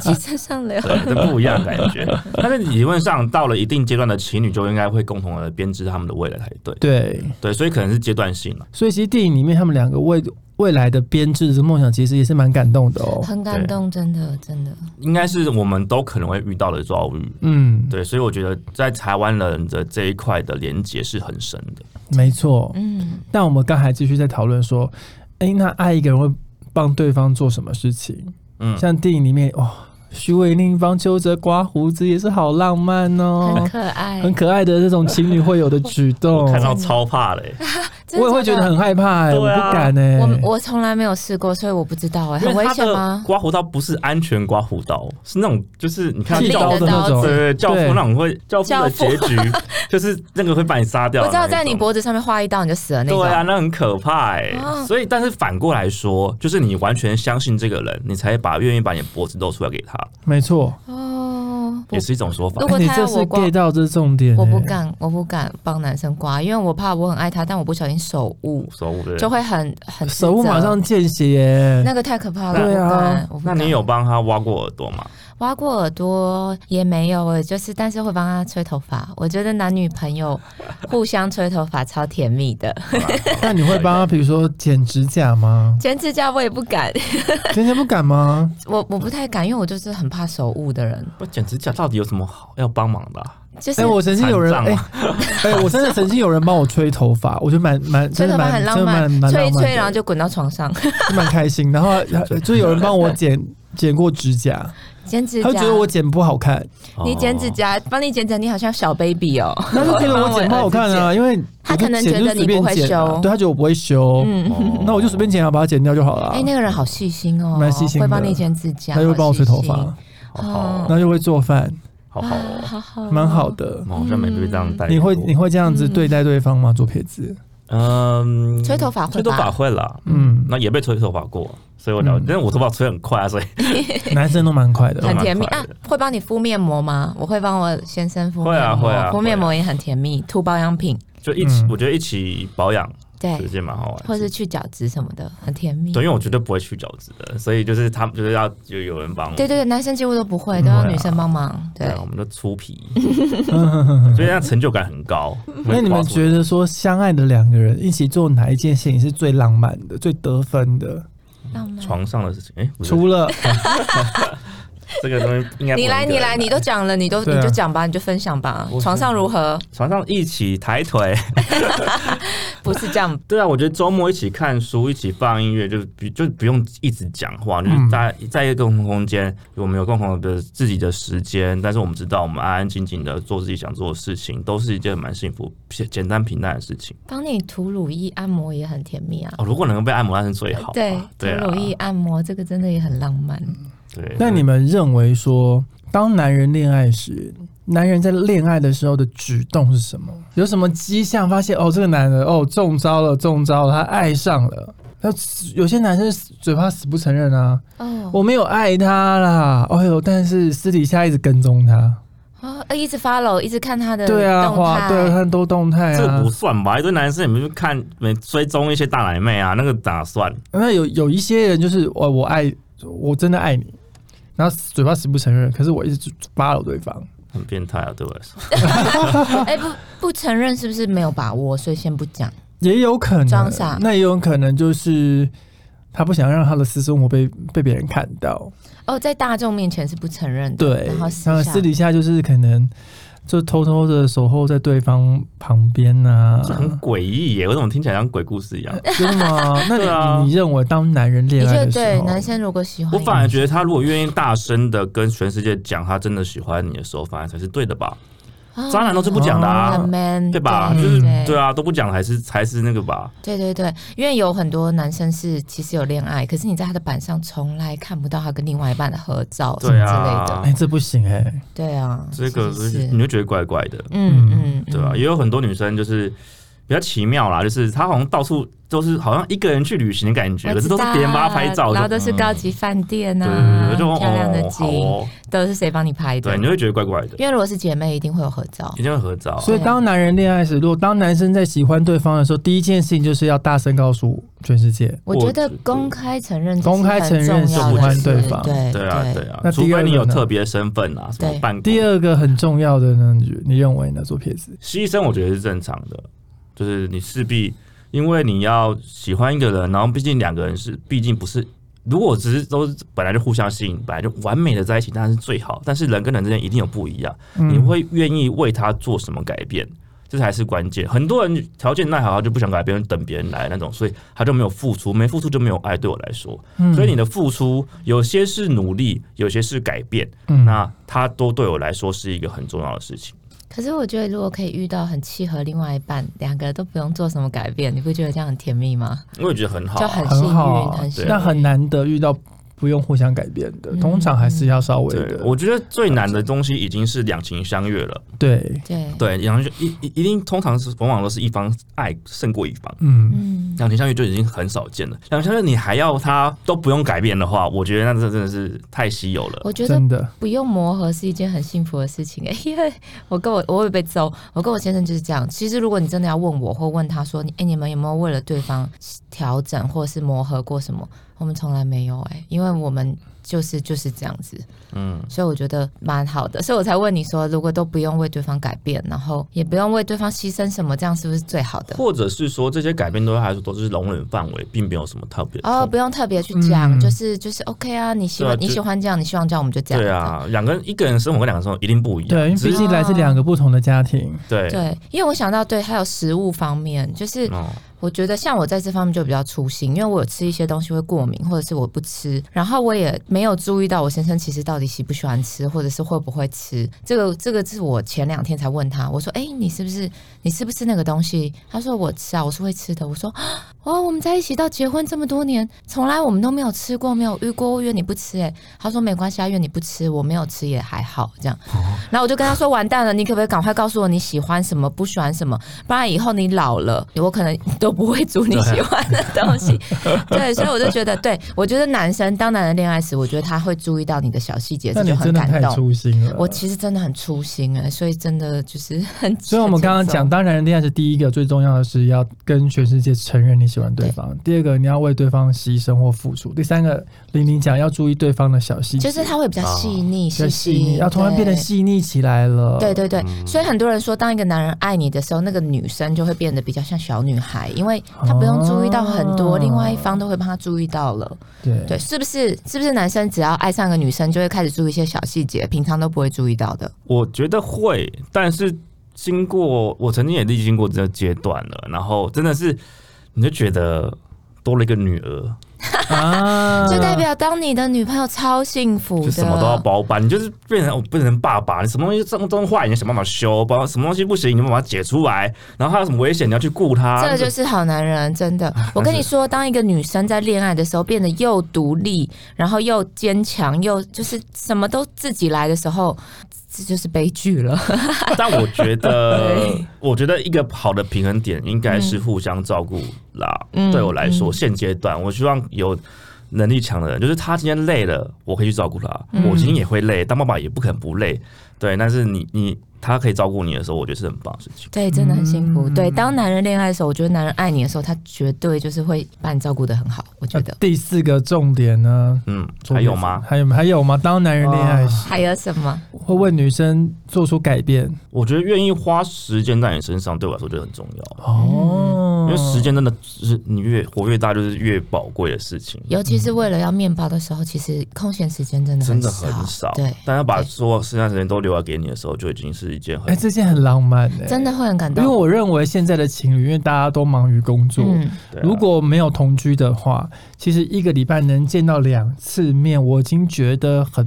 Speaker 3: 寄生上 流，
Speaker 2: 对，这不一样的感 觉。但是理论上到了一定阶段的情侣就应该会共同的编织他们的未来才对，
Speaker 1: 对，
Speaker 2: 对，所以可能是阶段性了。
Speaker 1: 所以其实电影里面他们两个为未来的编制的梦想，其实也是蛮感动的哦。
Speaker 3: 很感动，真的真的。
Speaker 2: 应该是我们都可能会遇到的遭遇。
Speaker 1: 嗯，
Speaker 2: 对，所以我觉得在台湾人的这一块的连接是很深的。
Speaker 1: 没错。
Speaker 3: 嗯，
Speaker 1: 但我们刚才继续在讨论说，哎、那爱一个人会帮对方做什么事情？
Speaker 2: 嗯，
Speaker 1: 像电影里面哇，徐伟宁帮邱泽刮胡子也是好浪漫
Speaker 3: 很
Speaker 1: 哦，
Speaker 3: 可爱，
Speaker 1: 很可爱的这种情侣会有的举动
Speaker 2: 我。看到超怕嘞、
Speaker 3: 真的
Speaker 1: 我也会觉得很害怕哎、我
Speaker 2: 对啊
Speaker 1: 不敢哎、
Speaker 3: 我我从来没有试过，所以我不知道哎、
Speaker 2: 因
Speaker 3: 很
Speaker 2: 为
Speaker 3: 危
Speaker 2: 它
Speaker 3: 险
Speaker 2: 的
Speaker 3: 吗？
Speaker 2: 刮胡刀不是安全刮胡刀，是那种就是你看
Speaker 1: 剃
Speaker 3: 剃
Speaker 2: 教
Speaker 1: 刀
Speaker 2: 父
Speaker 1: 的那种
Speaker 2: 对啊对对，教父
Speaker 1: 对
Speaker 2: 那种会教父的结局就是那个会把你杀掉
Speaker 3: 我
Speaker 2: 的
Speaker 3: 知
Speaker 2: 那一种。
Speaker 3: 道在你脖子上面划一刀你就死了那种。
Speaker 2: 对啊，那很可怕哎、
Speaker 3: 啊
Speaker 2: 所以，但是反过来说，就是你完全相信这个人，你才把愿意把你的脖子露出来给他，
Speaker 1: 没错，
Speaker 3: 哦，我
Speaker 2: 也是一种说法
Speaker 3: 如。果
Speaker 1: 哎你
Speaker 3: 他
Speaker 1: 这
Speaker 3: 要
Speaker 1: 是
Speaker 3: 我刮
Speaker 1: get 到这是重点、
Speaker 3: 我不
Speaker 1: 哎
Speaker 3: 敢，我不敢帮男生刮，因为我怕我很爱他，但我不小心手误，
Speaker 2: 手舞对
Speaker 3: 就会很很自责
Speaker 1: 手舞马上见血欸耶、
Speaker 3: 那个太可怕了，
Speaker 1: 对啊
Speaker 3: 我不敢我不
Speaker 2: 那
Speaker 3: 敢
Speaker 2: 你有帮他挖过耳朵吗？
Speaker 3: 挖过耳朵也没有，我就是但是会帮他吹头发。我觉得男女朋 友互相吹头发超甜蜜的，？
Speaker 1: 那你会帮他，比如说剪指甲吗
Speaker 3: 剪指甲我也不敢，
Speaker 1: 剪指甲不敢吗？
Speaker 3: 我我不太敢，因为我就是很怕手误的人，
Speaker 2: 不，剪指甲到底有什么好要帮忙的啊、
Speaker 3: 就是、
Speaker 1: 哎、我曾经有人
Speaker 2: 残
Speaker 1: 哎
Speaker 2: 障啊
Speaker 1: 哎、我真的曾经有人帮我吹头发， 我觉得蛮蛮
Speaker 3: 吹
Speaker 1: 真
Speaker 3: 头
Speaker 1: 的
Speaker 3: 发很
Speaker 1: 蛮
Speaker 3: 浪
Speaker 1: 真的
Speaker 3: 漫
Speaker 1: 蛮，蛮
Speaker 3: 吹一
Speaker 1: 浪漫
Speaker 3: 吹，
Speaker 1: 的
Speaker 3: 然后就滚到 床上
Speaker 1: 蛮开心。然后 呃就有人帮我剪剪过指甲，
Speaker 3: 剪指
Speaker 1: 他
Speaker 3: 甲。
Speaker 1: 就觉得我剪不好看，
Speaker 3: 你剪指
Speaker 2: 哦
Speaker 3: 甲，帮你剪指甲，你好像小 baby 哦。
Speaker 1: 那就觉得
Speaker 3: 帮
Speaker 1: 我剪
Speaker 3: 儿
Speaker 1: 不好
Speaker 3: 子
Speaker 1: 看
Speaker 3: 剪。
Speaker 1: 啊，因为
Speaker 3: 他
Speaker 1: 我就
Speaker 3: 可能
Speaker 1: 剪
Speaker 3: 觉
Speaker 1: 就
Speaker 3: 得
Speaker 1: 随
Speaker 3: 你
Speaker 1: 便
Speaker 3: 不会
Speaker 1: 剪啊
Speaker 3: 修
Speaker 1: 对他觉得我不会修，
Speaker 3: 嗯，
Speaker 2: 哦
Speaker 1: 那我就随便剪啊，把它剪掉就好了啊。
Speaker 3: 哎、那个人好细心哦，
Speaker 1: 蛮细心的
Speaker 3: 会帮你剪指甲，
Speaker 1: 他就会帮我吹头
Speaker 3: 好
Speaker 1: 发
Speaker 3: 细，
Speaker 2: 好好
Speaker 1: 然
Speaker 2: 哦，
Speaker 1: 后又会做饭，
Speaker 2: 好
Speaker 3: 心
Speaker 2: 好
Speaker 3: 啊
Speaker 2: 哦，
Speaker 3: 好好哦，嗯
Speaker 1: 蛮好的。
Speaker 2: 我好像没被这样带过。
Speaker 1: 你会你会这样子对待对方吗？左撇子，
Speaker 2: 嗯，
Speaker 3: 吹头发会吧
Speaker 2: 吹头发会啦，
Speaker 1: 嗯，
Speaker 2: 那也被吹头发过，所以我了
Speaker 1: 嗯
Speaker 2: 解。但是我头发吹很快 啊，所以
Speaker 1: 男生都蛮快的
Speaker 2: 都。蛮
Speaker 3: 很甜蜜
Speaker 2: 快
Speaker 3: 啊
Speaker 2: 的！
Speaker 3: 会帮你敷面膜吗？我会帮我先生敷面膜，
Speaker 2: 会啊会啊
Speaker 3: 敷面膜也很甜蜜，涂保养品
Speaker 2: 就一起，
Speaker 1: 嗯
Speaker 2: 我觉得一起保养是
Speaker 3: 对
Speaker 2: 一，件蛮好玩的事，
Speaker 3: 或是去角质什么的，很甜蜜。
Speaker 2: 对，因为我绝对不会去角质的，所以就是他们就是要就有人帮我。
Speaker 3: 对对对，男生几乎都不会，
Speaker 1: 嗯
Speaker 3: 都要
Speaker 2: 对啊啊
Speaker 3: 女生帮忙。对，
Speaker 2: 我们都粗皮， 所以那成就感很 高。
Speaker 1: 那你们觉得说相爱的两个人一起做哪一件事情是最浪漫的、最得分的？
Speaker 3: 浪漫。
Speaker 2: 床上的事情？哎、不是
Speaker 1: 除 了
Speaker 2: 这个东西应该不能
Speaker 3: 你来，
Speaker 2: 一个
Speaker 3: 你
Speaker 2: 人
Speaker 3: 来，你都讲了，你都
Speaker 1: 对啊
Speaker 3: 你就讲吧，你就分享吧
Speaker 2: 我。
Speaker 3: 床上如何？
Speaker 2: 床上一起抬腿。
Speaker 3: 不是这样，
Speaker 2: 对啊，我觉得周末一起看书，一起放音乐，就不就不用一直讲话，就是
Speaker 1: 嗯
Speaker 2: 在在一个共同空间，我们有共同的自己的时间，但是我们知道，我们安安静静的做自己想做的事情，都是一件蛮幸福、简简单平淡的事情。
Speaker 3: 帮你涂乳液、按摩也很甜蜜啊。
Speaker 2: 哦，如果能够被按摩，那是最好啊、
Speaker 3: 对，涂
Speaker 2: 对啊，
Speaker 3: 乳液、按摩这个真的也很浪漫。
Speaker 2: 对。
Speaker 1: 那你们认为说，当男人恋爱时，男人在恋爱的时候的举动是什么？有什么迹象发现哦，这个男的哦中招了，中招了，他爱上了。那有些男生嘴巴死不承认啊，
Speaker 3: 哦
Speaker 1: 我没有爱他啦，哎呦，但是私底下一直跟踪他，
Speaker 3: 哦，呃一直 follow，一直看他的
Speaker 1: 对啊，
Speaker 3: 动
Speaker 1: 花
Speaker 3: 态。
Speaker 1: 对啊，他都动态
Speaker 2: 这个
Speaker 1: 啊
Speaker 2: 不。算吧？一堆男生你们就看，没追踪一些大奶妹啊，那个咋算？
Speaker 1: 那有有一些人就是我我爱我真的爱你，然后嘴巴死不承认，可是我一直 follow 对方。
Speaker 2: 很变态啊，对我来说。
Speaker 3: 哎，不不承认是不是没有把握，所以先不讲。
Speaker 1: 也有可能
Speaker 3: 装傻
Speaker 1: 那也有可能就是他不想让他的私生活被被别人看到，
Speaker 3: 哦，在大众面前是不承认的，
Speaker 1: 对，
Speaker 3: 然后私
Speaker 1: 然后
Speaker 3: 下
Speaker 1: 私底下就是可能就偷偷的守候在对方旁边 呐、
Speaker 2: 这很诡异耶，为什么听起来像鬼故事 一样？
Speaker 1: 真的吗？那你、
Speaker 2: 对啊
Speaker 1: 你认为当男人恋
Speaker 3: 的
Speaker 1: 爱
Speaker 3: 确
Speaker 1: 的时
Speaker 3: 对
Speaker 1: 候，
Speaker 3: 男生如果喜欢
Speaker 2: 我
Speaker 3: 你，
Speaker 2: 反而觉得他如果愿意大声的跟全世界讲他真的喜欢你的时候，反而才是对的吧？
Speaker 3: 哦
Speaker 2: 渣男都是不讲的啊
Speaker 3: 很 man，
Speaker 2: 对吧？
Speaker 1: 对
Speaker 2: 就是
Speaker 3: 嗯对
Speaker 2: 对啊，都不讲还是才是那个吧？
Speaker 3: 对对对，因为有很多男生是其实有恋爱，可是你在他的板上从来看不到他跟另外一半的合照什么
Speaker 2: 对
Speaker 3: 之
Speaker 2: 啊
Speaker 3: 类的。
Speaker 1: 哎、这不行哎、
Speaker 3: 对啊，
Speaker 2: 这个
Speaker 3: 是是
Speaker 2: 你就觉得怪怪的，
Speaker 3: 嗯嗯，
Speaker 2: 对吧、啊
Speaker 3: 嗯
Speaker 2: 也有很多女生就是比较奇妙啦，就是她好像到处都是好像一个人去旅行的感觉，
Speaker 3: 我
Speaker 2: 可是
Speaker 3: 知
Speaker 2: 都是别人帮她拍
Speaker 3: 道啊
Speaker 2: 照，
Speaker 3: 然后
Speaker 2: 就
Speaker 3: 都是高级饭店
Speaker 2: 对
Speaker 3: 啊，
Speaker 2: 对对，就
Speaker 3: 漂亮的
Speaker 2: 哦好
Speaker 3: 景，
Speaker 2: 哦，
Speaker 3: 都是谁帮你拍的
Speaker 2: 对，？你会觉得怪怪的，
Speaker 3: 因为如果是姐妹，一定会有合照
Speaker 2: 一。定会合照啊。
Speaker 1: 所以当男人恋爱时，如果当男生在喜欢对方的时候，第一件事情就是要大声告诉全世界。
Speaker 3: 我觉得公开承认
Speaker 1: 公开承认
Speaker 3: 喜
Speaker 2: 喜欢
Speaker 1: 对方
Speaker 3: 对
Speaker 2: 对啊，对啊
Speaker 1: 那，
Speaker 2: 除
Speaker 1: 第二
Speaker 2: 非你
Speaker 1: 个
Speaker 2: 有
Speaker 1: 呢
Speaker 2: 特别身份啊，什么
Speaker 3: 对
Speaker 2: 办公
Speaker 1: 第二个很重要的呢，你觉你认为呢？做撇子，
Speaker 2: 牺牲我觉得是正常的，就是你势必因为你要喜欢一个人，然后毕竟两个人是毕竟不是，如果只是都是本来就互相吸引，本来就完美的在一起，当然是最好。但是人跟人之间一定有不一样，
Speaker 1: 嗯
Speaker 2: 你会愿意为他做什么改变？这才是关键。很多人条件再好，他就不想改变，等别人来那种，所以他就没有付出，没付出就没有爱。对我来说，
Speaker 1: 嗯
Speaker 2: 所以你的付出有些是努力，有些是改变，
Speaker 1: 嗯
Speaker 2: 那它都对我来说是一个很重要的事情。
Speaker 3: 可是我觉得，如果可以遇到很契合另外一半，两个都不用做什么改变，你不觉得这样很甜蜜吗？
Speaker 2: 我也觉得很好啊，
Speaker 3: 就很幸
Speaker 1: 很好
Speaker 3: 运，很幸
Speaker 2: 对
Speaker 1: 那很难得遇到不用互相改变的，
Speaker 3: 嗯
Speaker 1: 通常还是要稍微
Speaker 2: 对
Speaker 1: 的，。
Speaker 2: 我觉得最难的东西已经是两情相悦了。
Speaker 1: 对，
Speaker 3: 对，
Speaker 2: 对，两情一一一定通常是往往都是一方爱胜过一方，
Speaker 1: 嗯，
Speaker 3: 嗯，
Speaker 2: 两情相悦就已经很少见了。两情相悦你还要他都不用改变的话，我觉得那这真的是太稀有了。
Speaker 3: 我觉得
Speaker 1: 真的，
Speaker 3: 不用磨合是一件很幸福的事情、 欸，因为我跟我我会被揍，我跟我先生就是这样。其实如果你真的要问我，或问他说，你哎、你们有没有为了对方调整或是磨合过什么？我们从来没有哎、因为我们就是就是这样子，
Speaker 2: 嗯，
Speaker 3: 所以我觉得蛮好的，所以我才问你说，如果都不用为对方改变，然后也不用为对方牺牲什么，这样是不是最好的？
Speaker 2: 或者是说这些改变对他来说都是容忍范围，并没有什么特别。
Speaker 3: 哦，不用特别去讲，
Speaker 1: 嗯
Speaker 3: 就是就是 OK 啊，你喜
Speaker 2: 对
Speaker 3: 欢、
Speaker 2: 啊
Speaker 3: 你
Speaker 2: 就
Speaker 3: 喜欢这样，你希望这样，我们就这样。
Speaker 2: 对啊，两个人一个人生活跟两个人生活一定不一样。
Speaker 1: 对，因为
Speaker 2: 只
Speaker 1: 毕
Speaker 2: 是
Speaker 3: 啊
Speaker 1: 竟来自两个不同的家庭，
Speaker 2: 对
Speaker 3: 对，因为我想到对，还有食物方面，就是
Speaker 2: 哦，
Speaker 3: 我觉得像我在这方面就比较粗心，因为我有吃一些东西会过敏，或者是我不吃，然后我也没有注意到我先生其实到底喜不喜欢吃，或者是会不会吃。这个这个是我前两天才问他，我说：“哎、你是不是你吃不吃那个东西？”他说：“我吃啊，我是会吃的。”我说：“哦，我们在一起到结婚这么多年，从来我们都没有吃过，没有遇过。我约你不吃、哎，他说没关系啊，约你不吃，我没有吃也还好这样。
Speaker 1: 哦
Speaker 3: 然后我就跟他说：完蛋了，你可不可以赶快告诉我你喜欢什么，不喜欢什么？不然以后你老了，我可能都不会煮你喜欢的 东西。对，所以我就觉得，对我觉得男生当男人恋爱时，我觉得他会注意到你的小细节，
Speaker 1: 那
Speaker 3: 这
Speaker 1: 你
Speaker 3: 就
Speaker 1: 真
Speaker 3: 很
Speaker 1: 的
Speaker 3: 感
Speaker 1: 太
Speaker 3: 动。
Speaker 1: 粗心了。
Speaker 3: 我其实真的很粗心哎、所以真的就是很。
Speaker 1: 所以我们刚刚讲，，当然恋爱是第一个最重要的是要跟全世界承认你喜欢对方；第二个你要为对方牺牲或付出；第三个玲玲讲要注意对方的小细节，
Speaker 3: 就是他会比较细腻、
Speaker 1: 要
Speaker 3: 细
Speaker 1: 细
Speaker 3: 心
Speaker 1: 腻，，要突然变得
Speaker 3: 对
Speaker 1: 细腻起来了。
Speaker 3: 对对对，
Speaker 2: 嗯
Speaker 3: 所以很多人说，当一个男人爱你的时候，那个女生就会变得比较像小女孩，因为她不用注意到很多，
Speaker 1: 哦
Speaker 3: 另外一方都会帮她注意到了。
Speaker 2: 哦
Speaker 1: 对
Speaker 3: 对，是不是？是不是男生只要爱上个女生，就会开始注意一些小细节，平常都不会注意到的？
Speaker 2: 我觉得会，但是经过我曾经也历经过这个阶段了，然后真的是你就觉得多了一个女儿，
Speaker 1: 啊，
Speaker 3: 就代表当你的女朋友超幸福
Speaker 2: 嗯就
Speaker 3: 的，
Speaker 2: 什么都要包办，你就是变成我变成爸爸，你什么东西脏脏坏，你要想办法修，包什么东西不行，你就把它解出来，然后还有什么危险你要去顾它，
Speaker 3: 这就是好男人，真的。我跟你说，当一个女生在恋爱的时候变得又独立，然后又坚强，又就是什么都自己来的时候，这就是悲剧了。
Speaker 2: 但我觉得
Speaker 3: 对，
Speaker 2: 我觉得一个好的平衡点应该是互相照顾啦。
Speaker 3: 嗯
Speaker 2: 对我来说，现阶段我希望有能力强的人，就是他今天累了，我可以去照顾他。
Speaker 3: 嗯
Speaker 2: 我今天也会累，当爸爸也不可能不累。对，但是你你他可以照顾你的时候，我觉得是很棒的事情。
Speaker 3: 对，真的很幸福。
Speaker 1: 嗯
Speaker 3: 对，当男人恋爱的时候，我觉得男人爱你的时候，他绝对就是会把你照顾的很好。我觉
Speaker 1: 那
Speaker 3: 得
Speaker 1: 第四个重点呢？
Speaker 2: 嗯，还有吗？
Speaker 1: 还有还有吗？当男人恋爱时，
Speaker 3: 还有什么？
Speaker 1: 会为女生做出改变
Speaker 2: 我觉得愿意花时间在你身上，对我来说就很重要。
Speaker 1: 哦
Speaker 3: 嗯
Speaker 2: 因为时间真的是你越活越大，就是越宝贵的事
Speaker 1: 嗯
Speaker 2: 情。
Speaker 3: 尤其是为了要面包的时候，其实空闲时间真的
Speaker 2: 真的
Speaker 3: 少。
Speaker 2: 很少，
Speaker 3: 对，
Speaker 2: 但要把所有剩下的时间都留来给你的时候，就已经是一件
Speaker 1: 哎、
Speaker 2: 很
Speaker 1: 这件很浪漫哎、
Speaker 3: 真的会很感
Speaker 1: 因
Speaker 3: 动。
Speaker 1: 为我认为现在的情侣，因为大家都忙于工作，
Speaker 3: 嗯，
Speaker 2: 对啊
Speaker 1: 如果没有同居的话，其实一个礼拜能见到两次面，我已经觉得很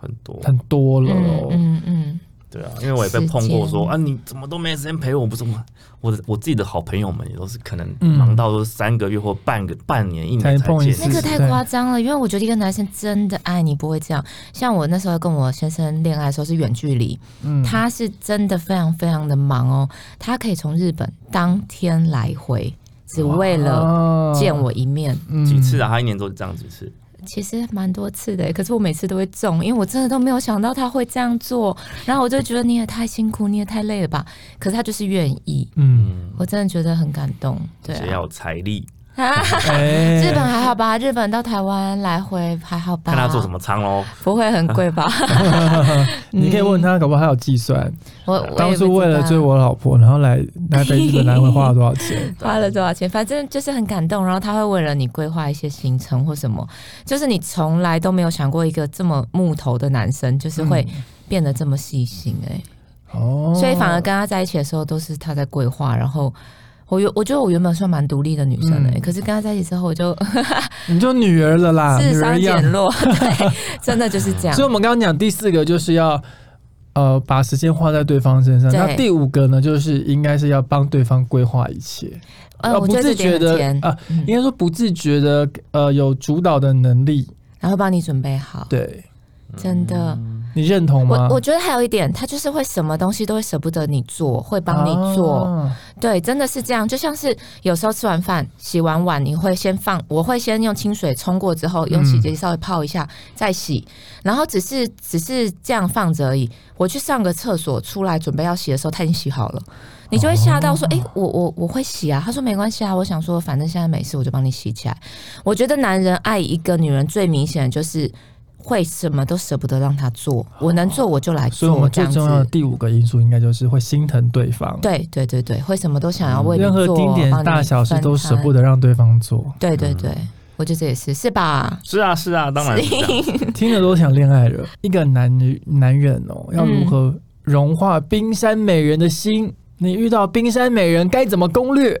Speaker 2: 很多，
Speaker 1: 很多了
Speaker 3: 嗯
Speaker 1: 哦。
Speaker 3: 嗯嗯，
Speaker 2: 对啊，因为我也被碰
Speaker 3: 时
Speaker 2: 过
Speaker 3: 间
Speaker 2: 说啊，你怎么都没时间陪我，不是我，我的我自己的好朋友们也都是可能
Speaker 1: 嗯
Speaker 2: 忙到都是三个月或半个半年一年
Speaker 1: 才
Speaker 2: 才
Speaker 1: 碰一
Speaker 2: 见
Speaker 1: 次
Speaker 3: 那
Speaker 2: 面
Speaker 3: 个
Speaker 1: 是
Speaker 3: 太夸张了，因为我觉得一个男生真的爱你不会这样。像我那时候跟我先生恋爱的时候是远距离，
Speaker 1: 嗯，
Speaker 3: 他是真的非常非常的忙哦，他可以从日本当天来回，只为了
Speaker 1: 了
Speaker 3: 见我一面。
Speaker 2: 几次
Speaker 1: 啊，
Speaker 2: 啊，他一年都是这样几次，
Speaker 3: 其实蛮多次的耶，可是我每次都会中，因为我真的都没有想到他会这样做，然后我就觉得你也太辛苦，你也太累了吧。可是他就是愿意，
Speaker 1: 嗯，
Speaker 2: 嗯，
Speaker 3: 我真的觉得很感动。对
Speaker 2: 而且
Speaker 3: 啊
Speaker 2: 要，有财力，
Speaker 1: 哎
Speaker 3: 日本还好吧？日本到台湾来回还好吧？
Speaker 2: 看他做什么仓哦喽。
Speaker 3: 不会很贵 吧？
Speaker 1: 你可以问他，
Speaker 3: 嗯
Speaker 1: 搞不好他有计算，
Speaker 3: 我我也不
Speaker 1: 当初为了
Speaker 3: 知道
Speaker 1: 追我老婆，然后来来北日本来回花了多少 钱？
Speaker 3: 花了多少钱，反正就是很感动。然后他会为了你规划一些行程或什么，就是你从来都没有想过一个这么木头的男生，就是会
Speaker 2: 嗯
Speaker 3: 变得这么细心哎、
Speaker 1: 嗯哦，
Speaker 3: 所以反而跟他在一起的时候，都是他在规划。然后我原我觉得我原本算蛮独立的女生哎、
Speaker 1: 嗯
Speaker 3: 可是跟他在一起之后，我就
Speaker 1: 你就女儿了 啦，女
Speaker 3: 智
Speaker 1: 儿
Speaker 3: 商
Speaker 1: 一样。
Speaker 3: 减弱， 对，真的就是这 样
Speaker 1: 所以。我们刚刚讲第四个就是要呃把时间花在对方身上，
Speaker 3: 对
Speaker 1: 那第五个呢，就是应该是要帮对方规划一切，
Speaker 3: 嗯，
Speaker 1: 呃
Speaker 3: 我
Speaker 1: 不
Speaker 3: 觉得
Speaker 1: 自
Speaker 3: 这
Speaker 1: 觉
Speaker 3: 点很
Speaker 1: 的
Speaker 3: 甜，
Speaker 1: 啊、
Speaker 3: 嗯
Speaker 1: 应该说不自觉的呃有主导的能力，
Speaker 3: 然后帮你准备好，
Speaker 1: 对嗯
Speaker 3: 真的。
Speaker 1: 你认同吗？
Speaker 3: 我我觉得还有一点，他就是会什么东西都会舍不得你做，会帮你做。
Speaker 1: 啊
Speaker 3: 对，真的是这样。就像是有时候吃完饭、洗完碗，你会先放，我会先用清水冲过之后，用
Speaker 1: 嗯
Speaker 3: 洗洁剂稍微泡一下、再洗，然后只是只是这样放着而已。我去上个厕所出来准备要洗的时候，他已经洗好了，你就会吓到说：“
Speaker 1: 哦
Speaker 3: 诶，我我我会洗啊！”他说：“没关系啊。”我想说，反正现在没事，我就帮你洗起来。我觉得男人爱一个女人最明显的就是。会什么都舍不得让他做，我能做我就来
Speaker 1: 所以我们最
Speaker 3: 做，这样子
Speaker 1: 重。要的第五个因素应该就是会心疼对方，
Speaker 3: 对对对对，会什么都想要为你
Speaker 1: 嗯任何
Speaker 3: 做，
Speaker 1: 丁点
Speaker 3: 帮你
Speaker 1: 大小事都
Speaker 3: 分
Speaker 1: 舍
Speaker 3: 摊
Speaker 1: 不得嗯让对方 做，
Speaker 3: 对对对，我觉得这也是是吧？
Speaker 2: 是啊，是啊，当然是这样。
Speaker 1: 听着都想恋爱了。一个男女男人哦，要如
Speaker 3: 嗯
Speaker 1: 何融化冰山美人的心？你遇到冰山美人该怎么攻略？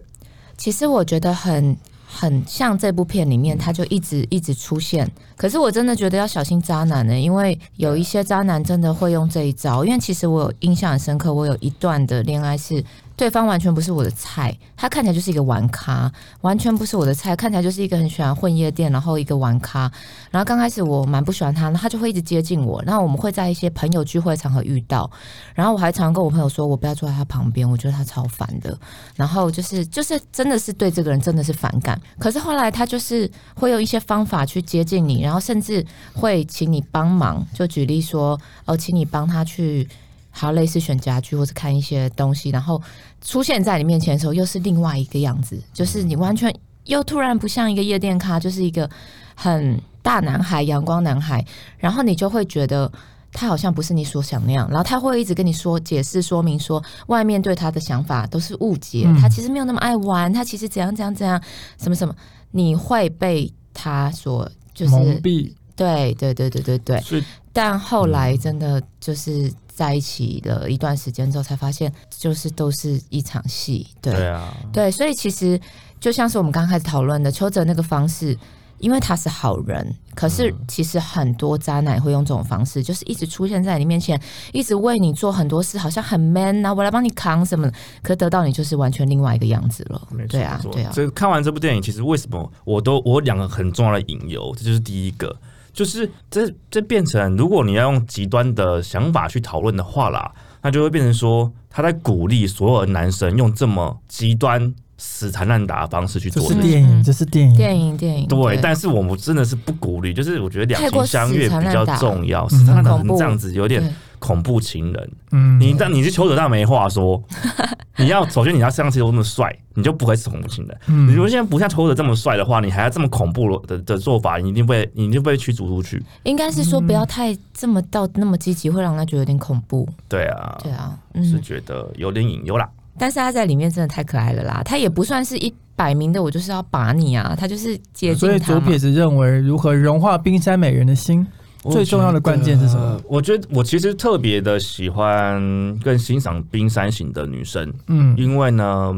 Speaker 3: 其实我觉得很很像这部片里面，他就一直一直出现。可是我真的觉得要小心渣男呢、因为有一些渣男真的会用这一招。因为其实我有印象很深刻，我有一段的恋爱是。对方完全不是我的菜，他看起来就是一个玩咖，完全不是我的菜，看起来就是一个很喜欢混夜店，然后一个玩咖。然后刚开始我蛮不喜欢他，然后他就会一直接近我，然后我们会在一些朋友聚会场合遇到，然后我还常跟我朋友说，我不要坐在他旁边，我觉得他超烦的。然后就是就是真的是对这个人真的是反感，可是后来他就是会用一些方法去接近你，然后甚至会请你帮忙，就举例说，哦，请你帮他去。好，类似选家具或者看一些东西，然后出现在你面前的时候，又是另外一个样子，就是你完全又突然不像一个夜店咖，就是一个很大男孩、阳光男孩，然后你就会觉得他好像不是你所想那样，然后他会一直跟你说解释说明说，外面对他的想法都是误解，
Speaker 1: 嗯
Speaker 3: 他其实没有那么爱玩，他其实怎样怎样怎样，什么什么，你会被他所就是
Speaker 1: 蒙蔽。
Speaker 3: 对对对对对对，
Speaker 2: 所以嗯
Speaker 3: 但后来真的就是在一起了一段时间之后，才发现就是都是一场戏。对
Speaker 2: 对啊，
Speaker 3: 对所以其实就像是我们刚开始讨论的，邱泽那个方式，因为他是好人，可是
Speaker 2: 嗯
Speaker 3: 其实很多渣男也会用这种方式，就是一直出现在你面前，一直为你做很多事，好像很 man 啊，我来帮你扛什么的，可得到你就是完全另外一个样子了
Speaker 2: 没。错
Speaker 3: 对啊
Speaker 2: 没，错
Speaker 3: 对啊，
Speaker 2: 所以看完这部电影，其实为什么我都我有两个很重要的引由，这就是第一个，就是这这变成如果你要用极端的想法去讨论的话啦，那就会变成说他在鼓励所有的男生用这么极端死缠烂打的方式去
Speaker 1: 这
Speaker 2: 做
Speaker 1: 是
Speaker 2: 事情。
Speaker 1: 电影，
Speaker 3: 嗯
Speaker 1: 这是电影。
Speaker 3: 电影电影
Speaker 2: 对，但是我们真的是不鼓励，就是我觉得两
Speaker 3: 太过
Speaker 2: 情相悦
Speaker 3: 死缠
Speaker 2: 比
Speaker 3: 烂
Speaker 2: 较
Speaker 3: 打
Speaker 2: 重要。
Speaker 1: 嗯
Speaker 2: 死缠烂打
Speaker 3: 恐
Speaker 2: 成
Speaker 3: 怖
Speaker 2: 这样子有点
Speaker 3: 对
Speaker 2: 恐怖情人，
Speaker 1: 嗯，
Speaker 2: 你但你是求者大没话说， 你要首先你要像其实那么帅，你就不会是恐怖情人。你如
Speaker 1: 嗯
Speaker 2: 果现在不像求者这么帅的话，你还要这么恐怖的的做法，你一定被你一定被驱逐出去。
Speaker 3: 应该是说不要太这么到那么积极，会让他觉得有点恐怖。
Speaker 1: 嗯
Speaker 2: 对啊，
Speaker 3: 对啊，
Speaker 1: 哦
Speaker 2: 是
Speaker 3: 嗯，
Speaker 2: 觉得有点隐忧啦。
Speaker 3: 但是他在里面真的太可爱了啦，他也不算是一摆明的我就是要把你啊，他就是接
Speaker 1: 所
Speaker 3: 近
Speaker 1: 以
Speaker 3: 他
Speaker 1: 左
Speaker 3: 嘛
Speaker 1: 撇。子认为，如何融化冰山美人的心，最重要的关键是什么？
Speaker 2: 我觉得我其实特别的喜欢更欣赏冰山型的女生，
Speaker 1: 嗯
Speaker 2: 因为呢，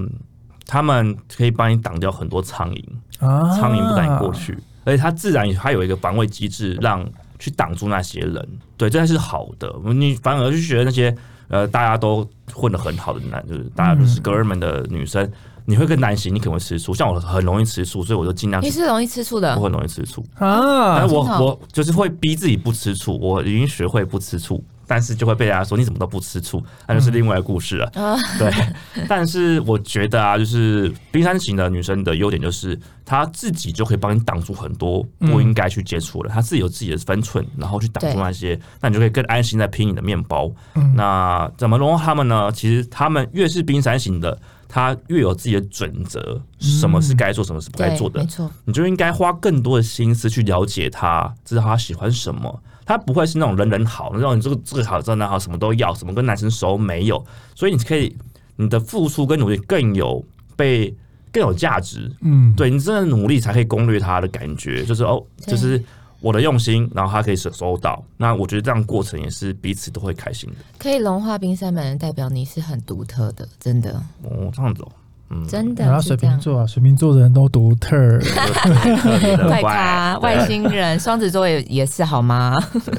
Speaker 2: 她们可以帮你挡掉很多苍蝇，
Speaker 1: 啊，
Speaker 2: 苍蝇不敢过。去，而且它自然它有一个防卫机制，让去挡住那些人。对，这才是好的。你反而去觉得那些呃大家都混得很好的男，就是大家都是哥们的女生，你会更担心，你可能会吃醋。像我很容易吃醋，所以我就尽量
Speaker 3: 你
Speaker 2: 去。
Speaker 3: 是容易吃醋的
Speaker 2: 我，很容易吃醋，
Speaker 1: 啊
Speaker 2: 但，哎是我
Speaker 3: 真的哦
Speaker 2: 我就是会逼自己不吃醋，我已经学会不吃醋，但是就会被人家说你怎么都不吃醋，那就是另外一个故事了。
Speaker 3: 啊，
Speaker 2: 对，但是我觉得啊，就是冰山型的女生的优点就是她自己就可以帮你挡住很多
Speaker 1: 嗯
Speaker 2: 不应该去接触的，她自己有自己的分寸，然后去挡住
Speaker 3: 对
Speaker 2: 那些，那你就可以更安心在拼你的面包。
Speaker 1: 嗯
Speaker 2: 那怎么融化他们呢？其实他们越是冰山型的，她越有自己的准则，什么是该做，什么是不该
Speaker 3: 嗯对
Speaker 2: 做，的
Speaker 3: 没。错，
Speaker 2: 你就应该花更多的心思去了解他，知道他喜欢什么。他不会是那种人人好，那种你这个这个好，这个那好，什么都要，什么跟男生熟没有。所以你可以，你的付出跟努力更有被更有价值。
Speaker 1: 嗯，
Speaker 2: 对你真的努力才可以攻略他的感觉，就是哦，
Speaker 3: 对
Speaker 2: 就是我的用心，然后他可以收收到。那我觉得这样过程也是彼此都会开心的。
Speaker 3: 可以融化冰山美人，代表你是很独特的，真的，
Speaker 2: 哦，这样子哦，嗯，
Speaker 3: 真
Speaker 1: 然后水
Speaker 3: 的是这
Speaker 1: 瓶
Speaker 3: 样。
Speaker 1: 座啊，水瓶座的人都独 特儿。
Speaker 2: 特别的
Speaker 3: 怪
Speaker 2: 怪
Speaker 3: 咖，外星人， 双子座也也是好吗？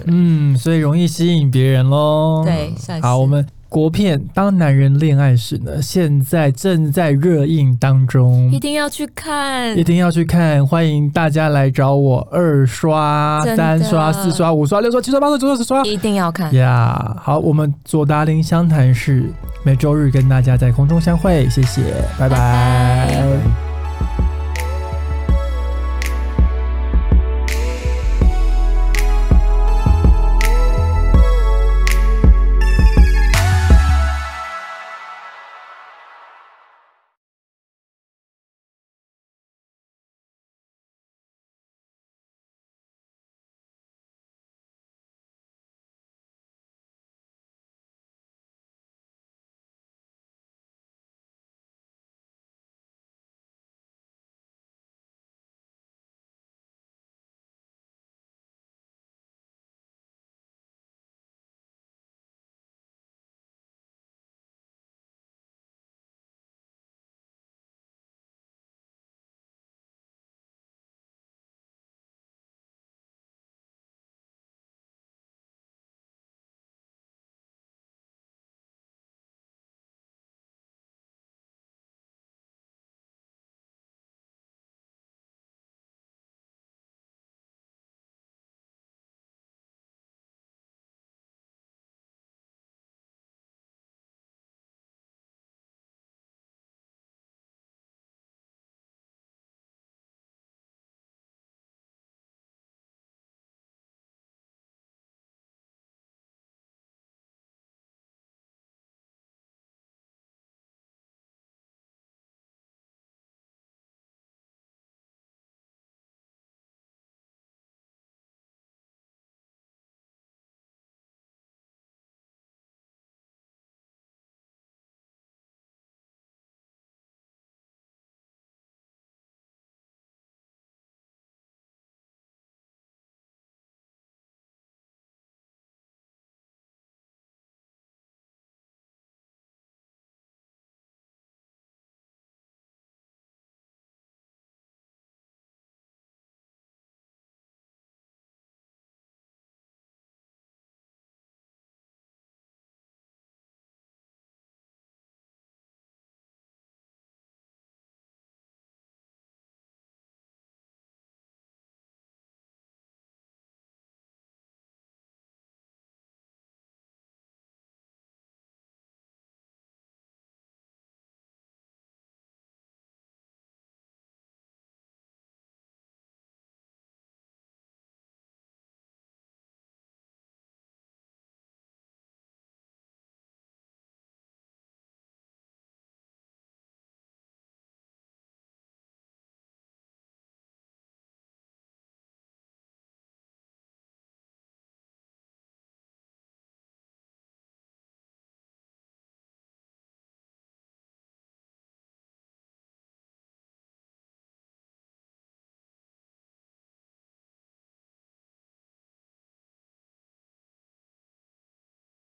Speaker 1: 嗯，所以容易吸引别人喽。
Speaker 3: 对，算是
Speaker 1: 嗯好，我们国片《当男人恋爱时》呢，现在正在热映当中
Speaker 3: 一，定要去看
Speaker 1: 一，定要去看，欢迎大家来找我二刷、
Speaker 3: 真的
Speaker 1: 三刷、四刷、五刷、六刷、七刷、八刷、九刷、十刷。
Speaker 3: 一定要看。
Speaker 1: 呀好，我们左达林湘潭市每周日跟大家在空中相会，谢谢，拜拜
Speaker 3: 拜